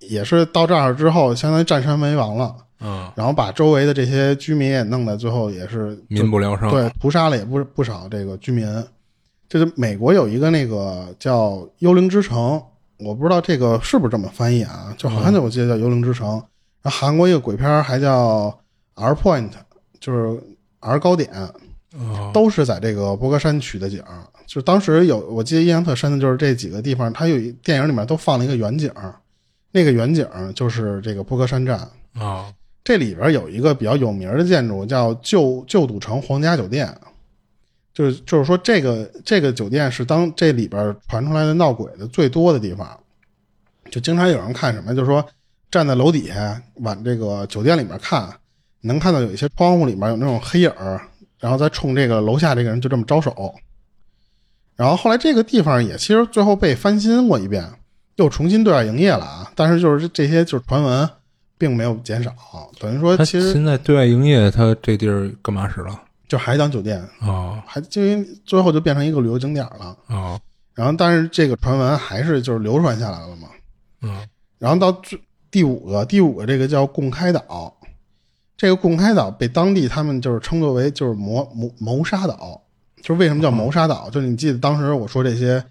Speaker 1: 也是到这儿之后，相当于占山为王了。
Speaker 2: 嗯，
Speaker 1: 然后把周围的这些居民也弄得最后也是
Speaker 2: 民不聊生。
Speaker 1: 对屠杀了也不不少这个居民。就是美国有一个那个叫《幽灵之城》，我不知道这个是不是这么翻译啊，就
Speaker 2: 嗯
Speaker 1: 好像就我记得叫《幽灵之城》然后韩国一个鬼片儿还叫《R Point》，就是 R 高点，
Speaker 2: 哦，
Speaker 1: 都是在这个波格山取的景儿。就当时有，我记得印象特深的就是这几个地方，它有一电影里面都放了一个远景儿，那个远景儿就是这个波格山站。
Speaker 2: 哦，
Speaker 1: 这里边有一个比较有名的建筑叫旧旧赌城皇家酒店，就是就是说这个这个酒店是当这里边传出来的闹鬼的最多的地方，就经常有人看什么，就是说站在楼底下往这个酒店里面看，能看到有一些窗户里面有那种黑影儿，然后再冲这个楼下这个人就这么招手。然后后来这个地方也其实最后被翻新过一遍，又重新对外营业了啊，但是就是这些就是传闻。并没有减少，等于说
Speaker 2: 他
Speaker 1: 其实
Speaker 2: 现在对外营业，他这地儿干嘛使了？
Speaker 1: 就还当酒店，
Speaker 2: 哦，
Speaker 1: 还就因为最后就变成一个旅游景点了。
Speaker 2: 哦，
Speaker 1: 然后，但是这个传闻还是就是流传下来了嘛。
Speaker 2: 嗯，
Speaker 1: 然后到最第五个，第五个这个叫贡开岛，这个贡开岛被当地他们就是称作为就是谋谋谋杀岛，就是为什么叫谋杀岛？就是你记得当时我说这些，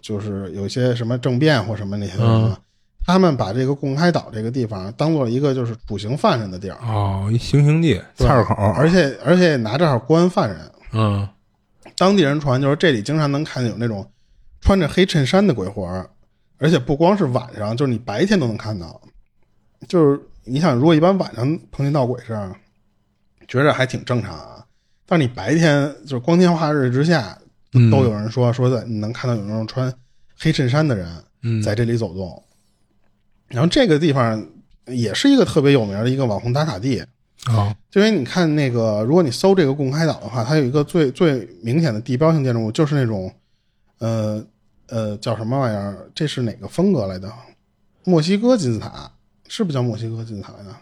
Speaker 1: 就是有一些什么政变或什么那些东西吗？他们把这个贡开岛这个地方当做一个就是处刑犯人的地儿，
Speaker 2: 哦，一行刑地，
Speaker 1: 对
Speaker 2: 菜市口。
Speaker 1: 而且而且拿这儿关犯人。
Speaker 2: 嗯，
Speaker 1: 当地人传就是这里经常能看见有那种穿着黑衬衫的鬼魂儿，而且不光是晚上，就是你白天都能看到。就是你想，如果一般晚上碰见闹鬼事儿，觉着还挺正常啊。但是你白天就是光天化日之下，
Speaker 2: 嗯
Speaker 1: 都有人说、说的，你能看到有那种穿黑衬衫的人
Speaker 2: 嗯，
Speaker 1: 在这里走动。然后这个地方也是一个特别有名的一个网红打卡地，
Speaker 2: 哦，
Speaker 1: 就因为你看那个，如果你搜这个贡开岛的话，它有一个最最明显的地标性建筑物，就是那种，呃呃，叫什么玩意儿？这是哪个风格来的？墨西哥金字塔是不是叫墨西哥金字塔呀？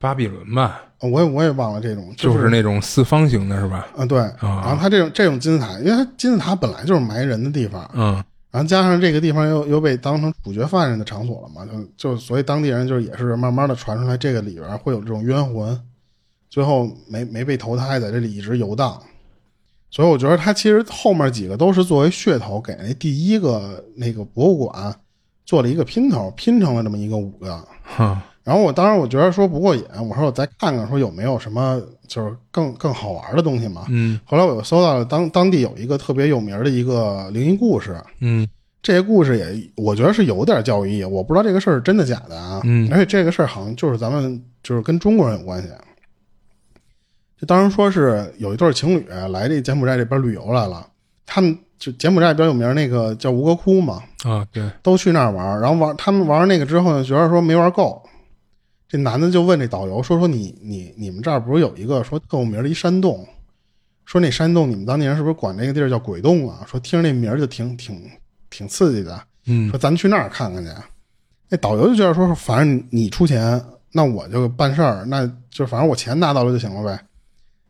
Speaker 2: 巴比伦吧，
Speaker 1: 呃我也我也忘了这种，
Speaker 2: 就是是啊那种四方形的，是吧？
Speaker 1: 嗯、对。然后它这种这种金字塔，因为它金字塔本来就是埋人的地方，
Speaker 2: 嗯，
Speaker 1: 然后加上这个地方又又被当成处决犯人的场所了嘛，就就所以当地人就是也是慢慢的传出来，这个里边会有这种冤魂，最后没没被投胎，在这里一直游荡。所以我觉得他其实后面几个都是作为噱头，给那第一个那个博物馆做了一个拼头，拼成了这么一个五个。
Speaker 2: 哼，
Speaker 1: 然后我当时我觉得说不过瘾，我说我再看看说有没有什么就是更更好玩的东西嘛。
Speaker 2: 嗯
Speaker 1: 后来我又搜到了当当地有一个特别有名的一个灵异故事，
Speaker 2: 嗯
Speaker 1: 这些故事也，我觉得是有点教育意义。我不知道这个事儿是真的假的啊。
Speaker 2: 嗯
Speaker 1: 而且这个事儿好像就是咱们就是跟中国人有关系。就当时说是有一对情侣来这柬埔寨这边旅游来了，他们就柬埔寨比较有名那个叫吴哥窟嘛，
Speaker 2: 啊，对，
Speaker 1: 都去那儿玩儿。然后玩他们玩那个之后呢，觉得说没玩够。这男的就问这导游说：“说你你你们这儿不是有一个说特有名的一山洞？说那山洞你们当地人是不是管那个地儿叫鬼洞啊？说听着那名儿就挺挺挺刺激的。”
Speaker 2: 嗯
Speaker 1: 说咱去那儿看看去。那导游就觉得说，反正你出钱，那我就办事儿，那就反正我钱拿到了就行了呗。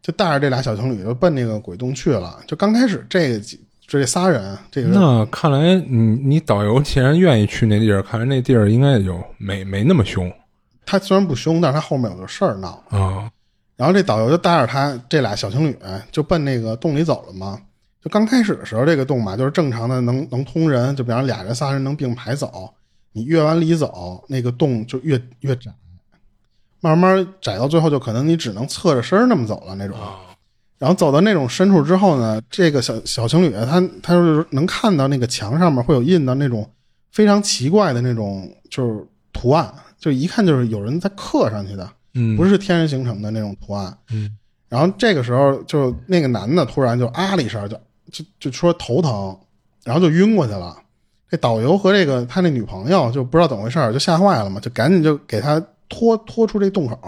Speaker 1: 就带着这俩小情侣就奔那个鬼洞去了。就刚开始这个几这仨人，这个人
Speaker 2: 那看来你你导游既然愿意去那地儿，看来那地儿应该也就没没那么凶
Speaker 1: 他虽然不凶，但是他后面有个事儿闹。
Speaker 2: 啊。
Speaker 1: 然后这导游就带着他这俩小情侣就奔那个洞里走了嘛。就刚开始的时候，这个动马就是正常的能能通人，就比方俩人仨人能并排走，你越往里走，那个洞就越越窄，慢慢窄到最后就可能你只能侧着身儿那么走了那种。然后走到那种深处之后呢，这个小小情侣他他就是能看到那个墙上面会有印到那种非常奇怪的那种就是图案，就一看就是有人在刻上去的，
Speaker 2: 嗯，
Speaker 1: 不
Speaker 2: 是，
Speaker 1: 是天然形成的那种图案。
Speaker 2: 嗯
Speaker 1: 然后这个时候就那个男的突然就啊了一声，就就就说头疼，然后就晕过去了。这导游和这个他那女朋友就不知道怎么回事儿，就吓坏了嘛，就赶紧就给他拖拖出这洞口。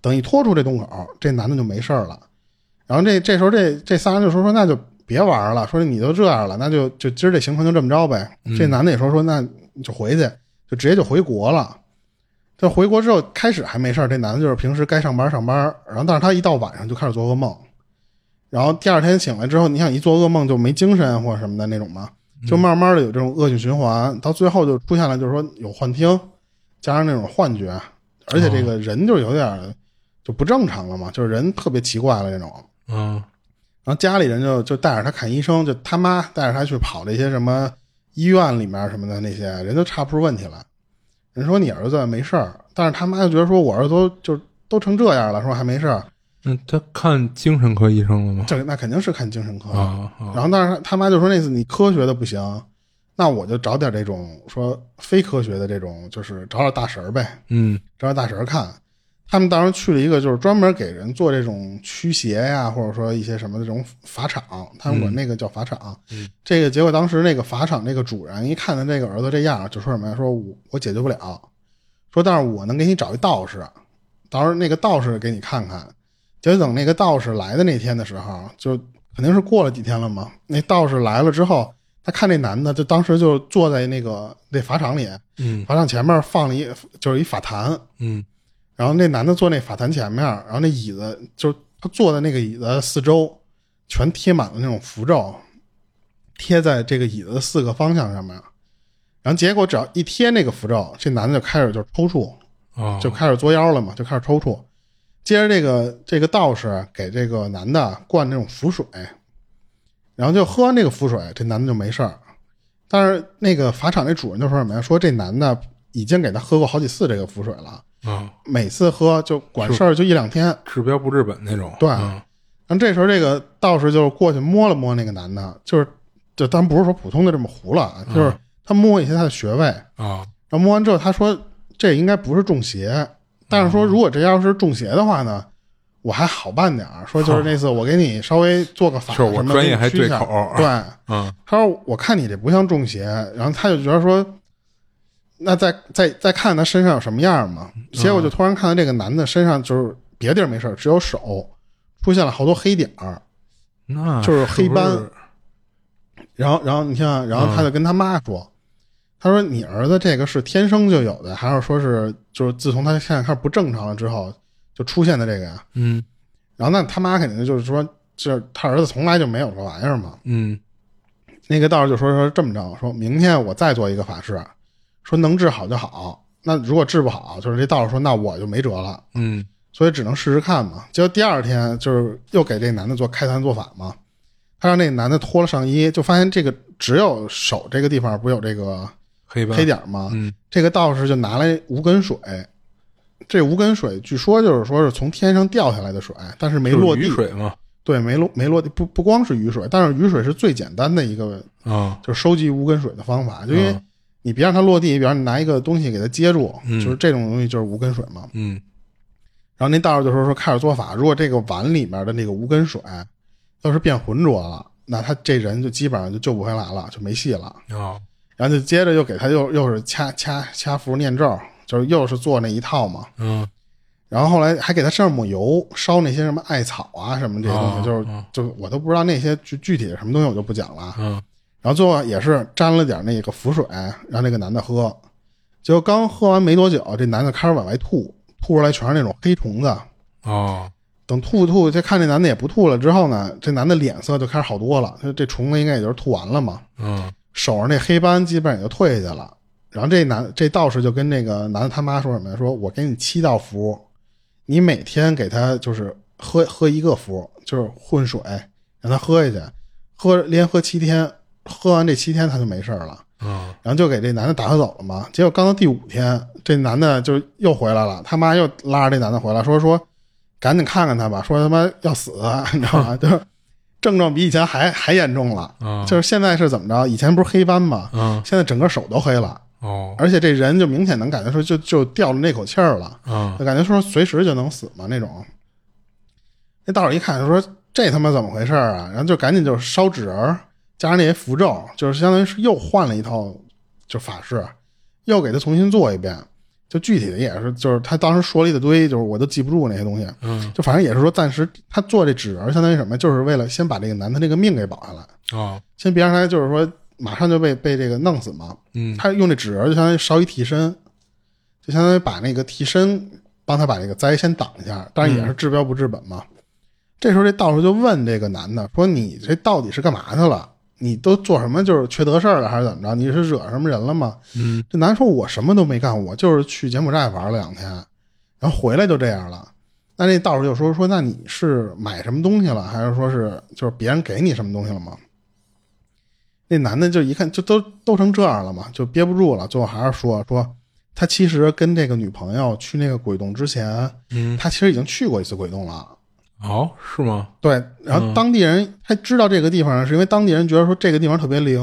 Speaker 1: 等一拖出这洞口，这男的就没事儿了。然后这这时候这这仨人就说说那就别玩了，说你都这样了，那就就今儿这行程就这么着呗。
Speaker 2: 嗯
Speaker 1: 这男的也说说那就回去，就直接就回国了。这回国之后开始还没事儿，这男的就是平时该上班上班，然后但是他一到晚上就开始做噩梦，然后第二天醒来之后，你想一做噩梦就没精神或者什么的那种嘛，就慢慢的有这种恶性循环，到最后就出现了就是说有幻听，加上那种幻觉，而且这个人就有点儿就不正常了嘛，就是人特别奇怪了这种。
Speaker 2: 嗯
Speaker 1: 然后家里人就就带着他看医生，就他妈带着他去跑那些什么医院里面什么的那些人都查不出问题来。人说你儿子没事儿，但是他妈就觉得说我儿子都就都成这样了，说还没事儿，
Speaker 2: 那他看精神科医生了吗？
Speaker 1: 这那肯定是看精神科。
Speaker 2: 啊啊，
Speaker 1: 然后但是他妈就说那次你科学的不行，那我就找点这种说非科学的这种，就是找点大神儿呗。
Speaker 2: 嗯
Speaker 1: 找大婶儿看。他们当时去了一个就是专门给人做这种驱邪呀，或者说一些什么的这种法场，他们管那个叫法场。
Speaker 2: 嗯
Speaker 1: 这个结果当时那个法场那个主人一看他这个儿子这样，就说什么呀？说我我解决不了，说但是我能给你找一道士，到时候那个道士给你看看。结果等那个道士来的那天的时候，就肯定是过了几天了嘛。那道士来了之后，他看那男的，就当时就坐在那个那法场里，
Speaker 2: 嗯
Speaker 1: 法场前面放了一就是一法坛，
Speaker 2: 嗯
Speaker 1: 然后那男的坐那法坛前面，然后那椅子就是他坐的那个椅子四周全贴满了那种符咒，贴在这个椅子的四个方向上面。然后结果只要一贴那个符咒，这男的就开始就抽搐，
Speaker 2: 啊，
Speaker 1: 就开始作妖了嘛，就开始抽搐。接着这个这个道士给这个男的灌那种符水，然后就喝完这个符水，这男的就没事儿。但是那个法场那主人就说什么呀？说这男的已经给他喝过好几次这个符水了。
Speaker 2: 啊，
Speaker 1: 每次喝就管事儿就一两天。
Speaker 2: 治标不治本那种，
Speaker 1: 对
Speaker 2: 嗯
Speaker 1: 然后这时候这个道士就过去摸了摸那个男的，就是就当然不是说普通的这么糊了啊，就是
Speaker 2: 嗯
Speaker 1: 他摸一些他的穴位，然
Speaker 2: 啊，
Speaker 1: 后摸完之后他说这应该不是中邪，但是
Speaker 2: 嗯
Speaker 1: 说如果这要是中邪的话呢，我还好办点儿，说就是那次我给你稍微做个法
Speaker 2: 哦是
Speaker 1: 什么
Speaker 2: 我
Speaker 1: 的，
Speaker 2: 专业还
Speaker 1: 给你驱一下
Speaker 2: 对口 儿
Speaker 1: 对。
Speaker 2: 嗯
Speaker 1: 他说：“我看你这不像中邪。”然后他就觉得说：“那再再再看他身上有什么样嘛？”结果就突然看到这个男的身上就是别地儿没事儿，只有手出现了好多黑点儿。
Speaker 2: 那
Speaker 1: 就是
Speaker 2: 是
Speaker 1: 黑
Speaker 2: 不是
Speaker 1: 斑然后，然后你看，然后他就跟他妈说：“他说你儿子这个是天生就有的，还是说是就是自从他现在开始不正常了之后就出现的这个呀
Speaker 2: 嗯？”
Speaker 1: 然后那他妈肯定就是说，这他儿子从来就没有这玩意儿嘛。
Speaker 2: 嗯
Speaker 1: 那个道士就说说这么着，说明天我再做一个法事，说能治好就好。那如果治不好，就是这道士说那我就没辙了，
Speaker 2: 嗯
Speaker 1: 所以只能试试看嘛。结果第二天就是又给这男的做开坛做法嘛，他让那男的脱了上衣，就发现这个只有手这个地方不是有这个
Speaker 2: 黑斑
Speaker 1: 黑点儿吗？
Speaker 2: 嗯
Speaker 1: 这个道士就拿来无根水，这无根水据说就是说是从天上掉下来的水，但是没
Speaker 2: 就是
Speaker 1: 落
Speaker 2: 雨
Speaker 1: 地。
Speaker 2: 水嘛
Speaker 1: 对，没落没落地，不不光是雨水，但是雨水是最简单的一个
Speaker 2: 啊
Speaker 1: 就是收集无根水的方法，就因为
Speaker 2: 嗯
Speaker 1: 你别让它落地，比方你拿一个东西给它接住，
Speaker 2: 嗯
Speaker 1: 就是这种东西就是无根水嘛。
Speaker 2: 嗯
Speaker 1: 然后那道士就说说开始做法，如果这个碗里面的那个无根水要是变浑浊了，那他这人就基本上就救不回来了，就没戏了。
Speaker 2: 啊
Speaker 1: 然后就接着又给他又又是掐掐掐符念咒，就是又是做那一套嘛。
Speaker 2: 嗯
Speaker 1: 然后后来还给他身上抹油，烧那些什么艾草啊什么这些东
Speaker 2: 啊
Speaker 1: 西，就是
Speaker 2: 啊
Speaker 1: 就是我都不知道那些具具体是什么东西，我就不讲了啊。
Speaker 2: 嗯
Speaker 1: 然后最后也是沾了点那个符水，让那个男的喝。结果刚喝完没多久，这男的开始往外吐，吐出来全是那种黑虫子。
Speaker 2: 哦
Speaker 1: 等吐吐，这看这男的也不吐了之后呢，这男的脸色就开始好多了。他说这虫子应该也就是吐完了嘛，
Speaker 2: 嗯
Speaker 1: 手上那黑斑基本上也就退下去了。然后这男这道士就跟那个男的他妈说什么呀？说我给你七道符，你每天给他就是喝喝一个符，就是混水让他喝下去，喝连喝七天，喝完这七天他就没事儿了，
Speaker 2: 嗯
Speaker 1: 然后就给这男的打发走了嘛。结果刚到第五天，这男的就又回来了，他妈又拉着这男的回来，说说赶紧看看他吧，说他妈要死，啊你知道吗？就是症状比以前还还严重了，
Speaker 2: 嗯
Speaker 1: 就是现在是怎么着？以前不是黑斑吗？
Speaker 2: 嗯
Speaker 1: 现在整个手都黑了，
Speaker 2: 哦
Speaker 1: 而且这人就明显能感觉说就就掉了那口气儿了。
Speaker 2: 嗯
Speaker 1: 就感觉说随时就能死嘛那种。那道士一看就说这他妈怎么回事儿啊？然后就赶紧就烧纸人儿，加上那些符咒，就是相当于是又换了一套就法式，又给他重新做一遍。就具体的也是，就是他当时说了一大堆，就是我都记不住那些东西。
Speaker 2: 嗯
Speaker 1: 就反正也是说，暂时他做这纸人儿相当于什么，就是为了先把这个男的那个命给保下来，
Speaker 2: 哦
Speaker 1: 先别让他就是说马上就被被这个弄死嘛。
Speaker 2: 嗯
Speaker 1: 他用这纸人就相当于烧一替身，就相当于把那个替身帮他把这个灾先挡一下，当然也是治标不治本嘛。这时候这道士就问这个男的说：“你这到底是干嘛去了？你都做什么？就是缺德事儿了还是怎么着？你是惹什么人了吗？”
Speaker 2: 嗯
Speaker 1: 这男的说：“我什么都没干，我就是去柬埔寨玩了两天，然后回来就这样了。”那那道士就说：“说那你是买什么东西了，还是说是就是别人给你什么东西了吗？”那男的就一看，就都都成这样了嘛，就憋不住了，最后还是说说他其实跟这个女朋友去那个鬼洞之前，
Speaker 2: 嗯
Speaker 1: 他其实已经去过一次鬼洞了。
Speaker 2: 哦是吗？
Speaker 1: 对，然
Speaker 2: 嗯
Speaker 1: 后当地人他知道这个地方呢，是因为当地人觉得说这个地方特别灵，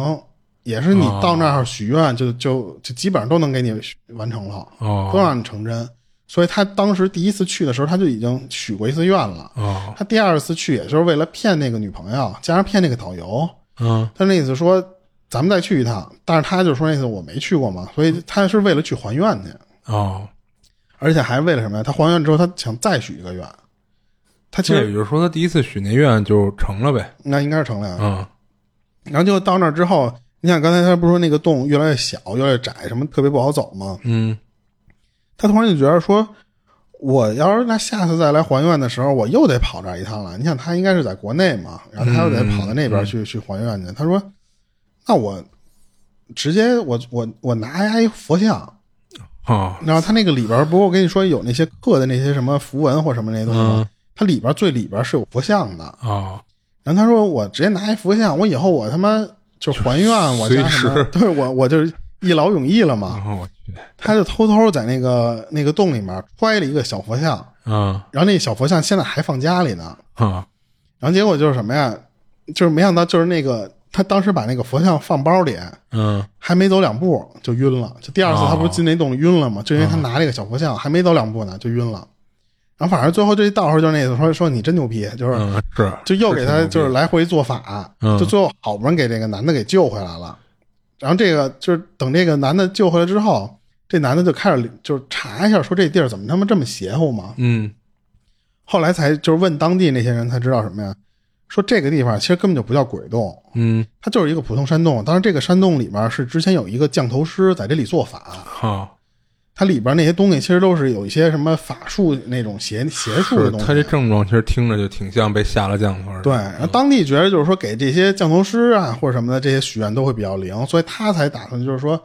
Speaker 1: 也是
Speaker 2: 哦
Speaker 1: 你到那儿许愿就就就基本上都能给你许完成了，都
Speaker 2: 哦
Speaker 1: 让你成真。所以他当时第一次去的时候，他就已经许过一次愿了。
Speaker 2: 哦
Speaker 1: 他第二次去也就是为了骗那个女朋友，加上骗那个导游，
Speaker 2: 嗯
Speaker 1: 他那意思说咱们再去一趟，但是他就说那意思我没去过嘛，所以他是为了去还愿去，
Speaker 2: 哦，
Speaker 1: 而且还为了什么呀？他还愿之后，他想再许一个愿，他其
Speaker 2: 这
Speaker 1: 实
Speaker 2: 也就是说他第一次许那愿就成了呗。
Speaker 1: 那应该是成了呀。
Speaker 2: 嗯
Speaker 1: 然后就到那儿之后，你想刚才他不是说那个洞越来越小，越来越窄，什么特别不好走吗？
Speaker 2: 嗯
Speaker 1: 他突然就觉得说，我要是那下次再来还愿的时候，我又得跑这儿一趟了。你想他应该是在国内嘛，然后他又得跑到那边去、去还愿去。他说，那我直接我我我拿一佛像，
Speaker 2: 哦
Speaker 1: 然后他那个里边儿不是我跟你说有那些刻的那些什么符文或什么那些东西吗？
Speaker 2: 嗯
Speaker 1: 它里边儿最里边儿是有佛像的。
Speaker 2: 哦
Speaker 1: 然后他说我直接拿一佛像，我以后我他妈就还愿我
Speaker 2: 随
Speaker 1: 家什么
Speaker 2: 时，
Speaker 1: 对我我就是一劳永逸了嘛。
Speaker 2: 哦我去
Speaker 1: 他就偷偷在那个那个洞里面揣了一个小佛像，
Speaker 2: 嗯
Speaker 1: 然后那小佛像现在还放家里呢。
Speaker 2: 啊
Speaker 1: 然后结果就是什么呀？就是没想到就是那个他当时把那个佛像放包里，
Speaker 2: 嗯
Speaker 1: 还没走两步就晕了。就第二次
Speaker 2: 哦嗯
Speaker 1: 他不是进那洞里晕了吗？就因为他拿这个小佛像，还没走两步呢就晕了。然后反正最后这道士就是那意思说说你真牛逼，就是、
Speaker 2: 嗯是
Speaker 1: 就又给他
Speaker 2: 是挺牛逼
Speaker 1: 就是来回做法，
Speaker 2: 嗯
Speaker 1: 就最后好不容易给这个男的给救回来了。然后这个就是等这个男的救回来之后，这男的就开始就是查一下，说这地儿怎么他妈这么邪乎嘛？
Speaker 2: 嗯
Speaker 1: 后来才就是问当地那些人才知道什么呀？说这个地方其实根本就不叫鬼洞，
Speaker 2: 嗯
Speaker 1: 它就是一个普通山洞。当然，这个山洞里面是之前有一个降头师在这里做法，
Speaker 2: 好。
Speaker 1: 它里边那些东西其实都是有一些什么法术那种邪邪术的
Speaker 2: 是
Speaker 1: 东西。啊
Speaker 2: 他这症状其实听着就挺像被下了降头似的。
Speaker 1: 对，然后当地觉得就是说给这些降头师啊或者什么的这些许愿都会比较灵，所以他才打算就是说，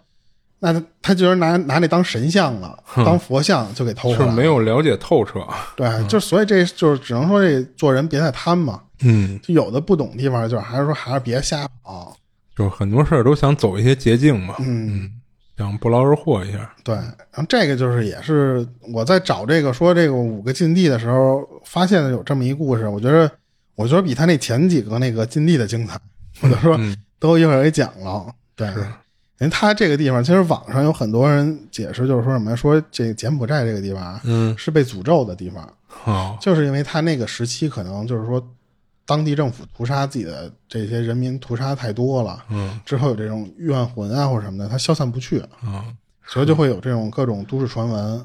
Speaker 1: 那他他觉得拿拿那当神像了，当佛像就给偷
Speaker 2: 是
Speaker 1: 回来
Speaker 2: 没嗯
Speaker 1: 了。
Speaker 2: 有了解透彻。
Speaker 1: 对，就所以这就是只能说这做人别太贪嘛，
Speaker 2: 嗯，
Speaker 1: 就有的不懂地方，就是还是说还是别瞎跑。
Speaker 2: 就很多事儿都想走一些捷径嘛，
Speaker 1: 嗯，
Speaker 2: 想不劳而获一下。
Speaker 1: 对。然后这个就是也是我在找这个说这个五个禁地的时候，发现了有这么一故事，我觉得我觉得比他那前几个那个禁地的精彩。我就说
Speaker 2: 嗯
Speaker 1: 都一会儿给讲了，对。
Speaker 2: 是
Speaker 1: 因为他这个地方，其实网上有很多人解释，就是说什么呀说这柬埔寨这个地方啊
Speaker 2: 嗯，
Speaker 1: 是被诅咒的地方，
Speaker 2: 好，
Speaker 1: 就是因为他那个时期可能就是说当地政府屠杀自己的这些人民屠杀太多了，
Speaker 2: 嗯
Speaker 1: 之后有这种怨魂啊或者什么的，它消散不去，
Speaker 2: 嗯，
Speaker 1: 所以就会有这种各种都市传闻。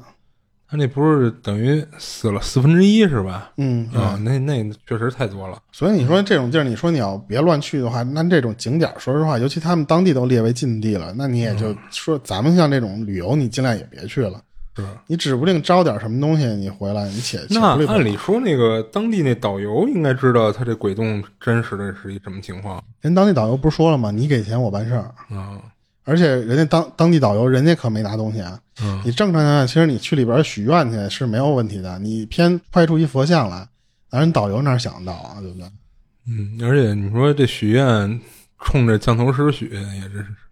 Speaker 2: 他嗯那不是等于死了四分之一是吧？
Speaker 1: 嗯，
Speaker 2: 啊，那那确实太多了。
Speaker 1: 所以你说这种地儿，你说你要别乱去的话，那这种景点儿，说实话，尤其他们当地都列为禁地了，那你也
Speaker 2: 嗯
Speaker 1: 就说，咱们像这种旅游，你尽量也别去了。
Speaker 2: 是，
Speaker 1: 你指不定招点什么东西，你回来你且且
Speaker 2: 那
Speaker 1: 不利不
Speaker 2: 按
Speaker 1: 了。
Speaker 2: 理说，那个当地那导游应该知道他这鬼洞真实的是一什么情况。
Speaker 1: 人当地导游不是说了吗？你给钱我办事儿，
Speaker 2: 嗯
Speaker 1: 而且人家当当地导游，人家可没拿东西啊。
Speaker 2: 嗯
Speaker 1: 你正常情况下，其实你去里边许愿去是没有问题的，你偏揣出一佛像来，咱人导游哪想到啊，对不对？
Speaker 2: 嗯，而且你说这许愿冲着降头师许愿，也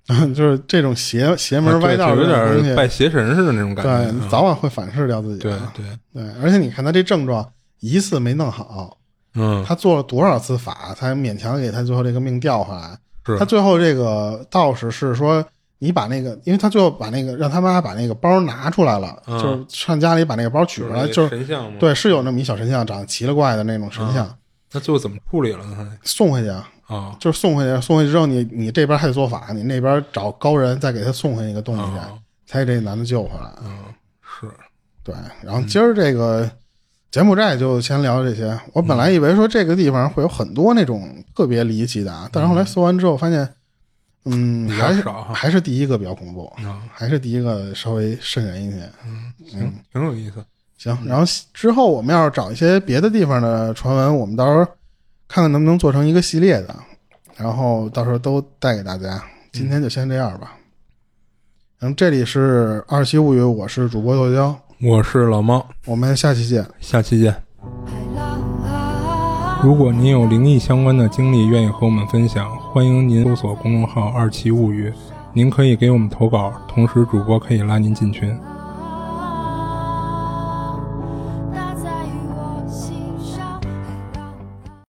Speaker 2: 真 是
Speaker 1: 就是这种邪邪门
Speaker 2: 啊对
Speaker 1: 歪道
Speaker 2: 就
Speaker 1: 的
Speaker 2: 有
Speaker 1: 东
Speaker 2: 点
Speaker 1: 西，
Speaker 2: 拜邪神似的那种感觉
Speaker 1: 对，
Speaker 2: 啊。
Speaker 1: 早晚会反噬掉自己
Speaker 2: 对
Speaker 1: 的。
Speaker 2: 对，
Speaker 1: 对，而且你看他这症状一次没弄好，
Speaker 2: 嗯，
Speaker 1: 他做了多少次法才勉强给他最后这个命调回来？
Speaker 2: 是
Speaker 1: 他最后这个道士是说，你把那个，因为他最后把那个让他妈把那个包拿出来了，
Speaker 2: 嗯
Speaker 1: 就是上家里把那个包取出来，就是
Speaker 2: 神像嘛。，
Speaker 1: 对，是有那么一小神像，长得奇了怪的那种神像，
Speaker 2: 那最后怎么处理了呢？
Speaker 1: 送回去啊，
Speaker 2: 啊，
Speaker 1: 就是送回去，送回去之后你你这边还得做法，你那边找高人再给他送回那个洞里去，
Speaker 2: 啊
Speaker 1: 才给这男的救回来。啊
Speaker 2: 嗯，是，
Speaker 1: 对，然后今儿这个柬埔寨就先聊这些。我本来以为说这个地方会有很多那种特别离奇的啊，但是后来搜完之后发现，嗯，
Speaker 2: 比较
Speaker 1: 还是
Speaker 2: 少哈
Speaker 1: 还是第一个比较恐怖，
Speaker 2: 啊，
Speaker 1: 还是第一个稍微瘆人一些。
Speaker 2: 行，挺有意思。
Speaker 1: 行，然后之后我们要是找一些别的地方的传闻，我们到时候看看能不能做成一个系列的，然后到时候都带给大家。今天就先这样吧。嗯，这里是二期物语，我是主播豆椒，
Speaker 2: 我是老猫，
Speaker 1: 我们下期见。
Speaker 2: 下期见。如果您有灵异相关的经历，愿意和我们分享，欢迎您搜索公众号“二七物语”，您可以给我们投稿，同时主播可以拉您进群。